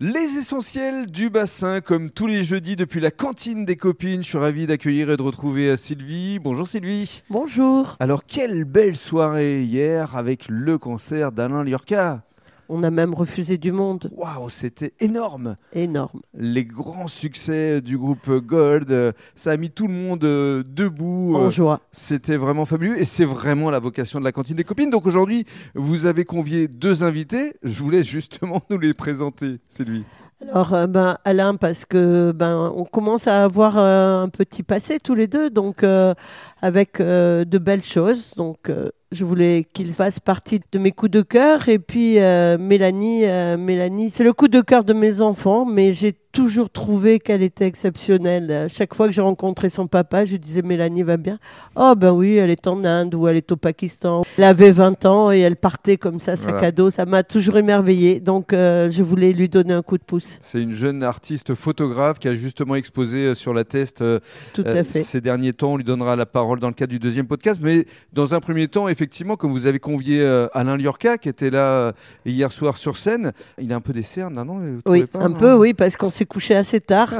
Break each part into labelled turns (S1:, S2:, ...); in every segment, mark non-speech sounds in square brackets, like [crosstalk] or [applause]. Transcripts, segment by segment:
S1: Les essentiels du bassin, comme tous les jeudis depuis la cantine des copines, je suis ravi d'accueillir et de retrouver euh, Sylvie. Bonjour Sylvie.
S2: Bonjour.
S1: Alors quelle belle soirée hier avec le concert d'Alain Liorca.
S2: On a même refusé du monde.
S1: Waouh, c'était énorme.
S2: Énorme.
S1: Les grands succès du groupe Gold, euh, ça a mis tout le monde euh, debout.
S2: En
S1: euh,
S2: joie.
S1: C'était vraiment fabuleux et c'est vraiment la vocation de la cantine des copines. Donc aujourd'hui, vous avez convié deux invités. Je voulais justement [laughs] nous les présenter, Sylvie.
S2: Alors, euh, ben, Alain, parce que ben, on commence à avoir euh, un petit passé tous les deux, donc euh, avec euh, de belles choses. Donc, euh, je voulais qu'il fasse partie de mes coups de cœur. Et puis, euh, Mélanie, euh, Mélanie, c'est le coup de cœur de mes enfants, mais j'ai toujours trouvé qu'elle était exceptionnelle. À chaque fois que j'ai rencontré son papa, je lui disais Mélanie va bien. Oh ben oui, elle est en Inde ou elle est au Pakistan. Elle avait 20 ans et elle partait comme ça, sac
S1: Voilà.
S2: à dos. Ça m'a toujours émerveillée. Donc, euh, je voulais lui donner un coup de pouce.
S1: C'est une jeune artiste photographe qui a justement exposé euh, sur la test euh,
S2: Tout
S1: euh,
S2: à fait.
S1: ces derniers temps. On lui donnera la parole dans le cadre du deuxième podcast. Mais dans un premier temps, effectivement, comme vous avez convié euh, Alain Liorca, qui était là euh, hier soir sur scène, il a un peu des cernes, non Vous trouvez
S2: Oui,
S1: pas, hein.
S2: un
S1: non
S2: peu, oui, parce qu'on s'est couché
S1: [laughs]
S2: assez tard.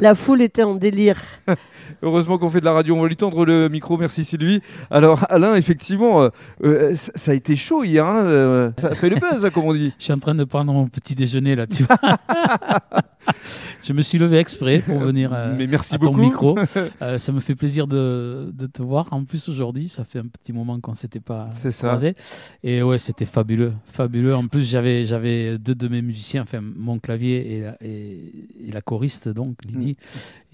S2: La foule était en délire.
S1: Heureusement qu'on fait de la radio, on va lui tendre le micro, merci Sylvie. Alors Alain, effectivement, euh, euh, ça ça a été chaud hier, hein, euh, ça a fait le buzz, hein, comme on
S3: [laughs]
S1: dit.
S3: Je suis en train de prendre mon petit déjeuner
S1: [laughs]
S3: là, tu vois. je me suis levé exprès pour venir euh,
S1: Mais merci
S3: à ton
S1: beaucoup. [laughs]
S3: micro. Euh, ça me fait plaisir de, de te voir. En plus aujourd'hui, ça fait un petit moment qu'on s'était pas
S1: C'est ça.
S3: croisés. Et ouais, c'était fabuleux, fabuleux. En plus, j'avais j'avais deux de mes musiciens, enfin mon clavier et la, et, et la choriste donc Lydie.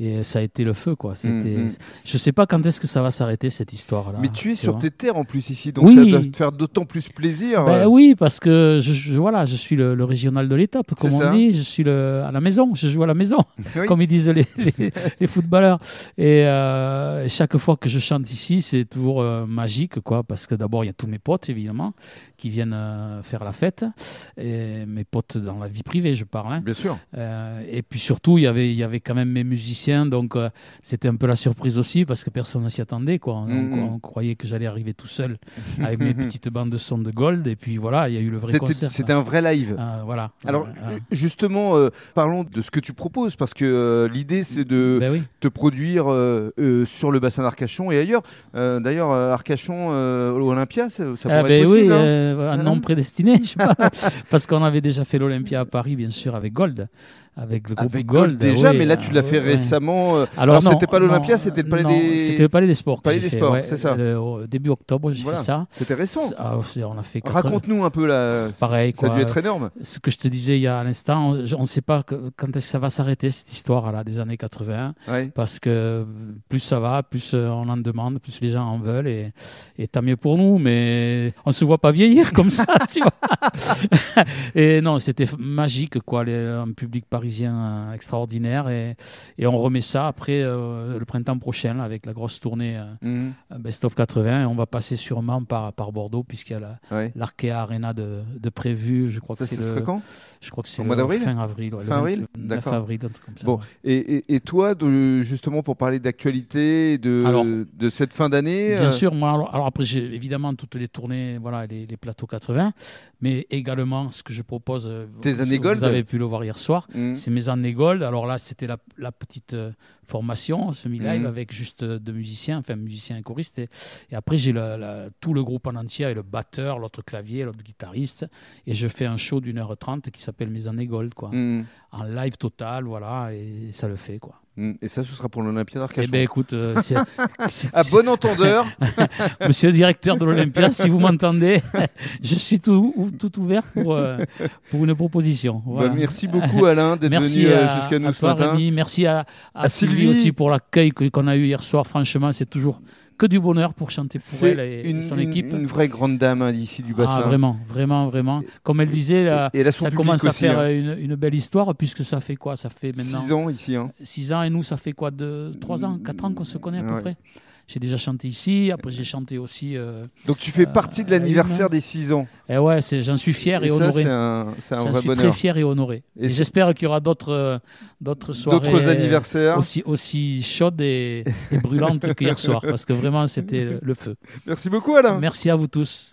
S3: Et ça a été le feu quoi. C'était.
S1: Mm, mm.
S3: Je sais pas quand est-ce que ça va s'arrêter cette histoire là.
S1: Mais tu es sur tes terres en plus ici, donc
S3: Oui.
S1: ça doit te faire d'autant plus plaisir. euh,
S3: Ben oui, parce que je, je- voilà, je suis le, le régional de l'étape, comme
S1: ça.
S3: on dit. Je suis le, à la maison, je joue à la maison,
S1: [laughs] Oui.
S3: comme ils disent les, les, les footballeurs. Et euh, chaque fois que je chante ici, c'est toujours euh, magique, quoi, parce que d'abord, il y a tous mes potes, évidemment, qui viennent euh, faire la fête. Et mes potes dans la vie privée, je parle. hein.
S1: Bien sûr.
S3: Euh, et puis surtout, il y avait, il y avait quand même mes musiciens, donc euh, c'était un peu la surprise aussi parce que personne ne s'y attendait. Quoi. On,
S1: Mhm.
S3: on croyait que j'allais arriver
S1: [laughs]
S3: tout seul avec mes petites bandes de son de gold, et puis voilà, il y a eu le vrai
S1: C'était-
S3: concert.
S1: C'était un vrai live.
S3: quoi. Euh, voilà.
S1: Alors,
S3: Euh,
S1: euh, justement, euh, parlons de ce que tu proposes, parce que euh, l'idée, c'est de
S3: ben oui.
S1: te produire euh, euh, sur le bassin d'Arcachon et ailleurs. Euh, D'ailleurs, euh, Arcachon, euh, Olympia, ça, ça pourrait
S3: Ah, ben
S1: être
S3: oui,
S1: possible. hein.
S3: euh, un
S1: Hein
S3: nom prédestiné, je sais pas. [laughs] parce qu'on avait déjà fait l'Olympia à Paris, bien sûr, avec Gold, avec le groupe
S1: Avec Gold déjà,
S3: oui,
S1: mais là,
S3: euh,
S1: tu l'as fait
S3: ouais.
S1: récemment. euh,
S3: Alors,
S1: Alors,
S3: non,
S1: c'était pas l'Olympia,
S3: non,
S1: c'était le Palais
S3: non,
S1: des-
S3: C'était le Palais des Sports. que
S1: Palais
S3: j'ai
S1: des
S3: fait,
S1: Sports,
S3: ouais.
S1: c'est ça.
S3: Le- au début octobre, j'ai
S1: Voilà.
S3: fait ça.
S1: C'était récent.
S3: Ah, c'est- on a fait quatre-
S1: Raconte-nous un peu là.
S3: Pareil,
S1: Ça a
S3: quoi. euh,
S1: dû être énorme.
S3: ce que je te disais il y a un instant, on ne sait pas que- quand est-ce que ça va s'arrêter cette histoire là des années 80,
S1: Ouais.
S3: parce que plus ça va, plus euh, on en demande, plus les gens en veulent, et, et tant mieux pour nous, mais on se voit pas vieillir [laughs] comme ça, tu vois. [laughs] et non, c'était f- magique, quoi, les- un public parisien euh, extraordinaire, et, et on remet ça après euh, le printemps prochain là, avec la grosse tournée euh,
S1: Mhm.
S3: Best of 80, et on va passer sûrement par, par Bordeaux puisqu'il y a la
S1: Ouais.
S3: l'Arkea Arena de, de prévu. Je crois
S1: Ça,
S3: que c'est
S1: ce
S3: le,
S1: serait quand
S3: je crois que c'est
S1: Au mois
S3: le
S1: d'avril
S3: fin avril, ouais, le
S1: Fin avril
S3: 29
S1: D'accord.
S3: avril, un truc comme ça.
S1: Bon.
S3: ouais.
S1: et, et- et toi, de- justement, pour parler d'actualité, de,
S3: Alors,
S1: de cette fin d'année
S3: Bien
S1: euh,
S3: sûr, moi, alors, alors après, j'ai évidemment toutes les tournées, voilà, les, les plateaux 80, mais également ce que je propose. euh,
S1: Tes
S3: vous-
S1: années gold
S3: Vous avez pu le voir hier soir.
S1: mhm.
S3: C'est mes années gold. Alors là, c'était la, la petite euh, formation, semi-live,
S1: Mhm.
S3: avec juste euh, deux musiciens, enfin musiciens et choristes. Et, et après, j'ai le- la- tout le groupe en entier, avec le batteur, l'autre clavier, l'autre guitariste. Et je fais un show d'une heure trente qui s'appelle Mes années gold. Quoi.
S1: Mhm.
S3: en live total, voilà, et ça le fait quoi.
S1: Mhm. Et ça, ce sera pour l'Olympia
S3: Eh
S1: d'Arcachon.
S3: ben écoute, euh,
S1: [laughs]
S3: c'est- c'est-
S1: À Ah bon entendeur,
S3: Monsieur le directeur de l'Olympia, si vous
S1: [laughs]
S3: m'entendez, je suis tout, ou- tout ouvert pour, euh, pour une proposition. [laughs] Voilà.
S1: Bah, merci beaucoup Alain d'être
S3: Merci
S1: venu euh,
S3: à-
S1: jusqu'à nous
S3: à
S1: ce
S3: toi,
S1: matin.
S3: Rémi. Merci à, à
S1: À
S3: Sylvie,
S1: Sylvie.
S3: aussi pour l'accueil que- qu'on a eu hier soir. Franchement, c'est toujours que du bonheur pour chanter pour
S1: C'est
S3: elle et, et
S1: une,
S3: son
S1: une-
S3: équipe.
S1: une vraie grande dame hein, d'ici du
S3: ah,
S1: bassin.
S3: vraiment, vraiment, vraiment. Comme elle disait, là,
S1: et, et elle a son
S3: ça
S1: public
S3: commence à
S1: aussi,
S3: faire
S1: hein.
S3: euh, une, une belle histoire puisque ça fait quoi Ça fait maintenant
S1: Six ans ici. hein.
S3: 6 ans et nous, ça fait quoi 3 ans 4 ans qu'on se connaît à peu
S1: Ouais.
S3: près J'ai déjà chanté ici, après j'ai chanté aussi. euh,
S1: Donc tu fais
S3: Euh,
S1: partie de
S3: à
S1: l'anniversaire
S3: une.
S1: des six ans.
S3: Et ouais, c'est- j'en suis fier et,
S1: et ça,
S3: honoré.
S1: c'est un, c'est un
S3: J'en
S1: vrai
S3: suis très
S1: bonheur.
S3: fier et honoré.
S1: Et
S3: Et,
S1: c'est-
S3: j'espère qu'il y aura d'autres euh, d'autres soirées euh,
S1: D'autres anniversaires.
S3: aussi, aussi
S1: [laughs]
S3: chaudes et, et brûlantes qu'hier soir, parce que vraiment, c'était le feu.
S1: Merci beaucoup Alain.
S3: Merci à vous tous.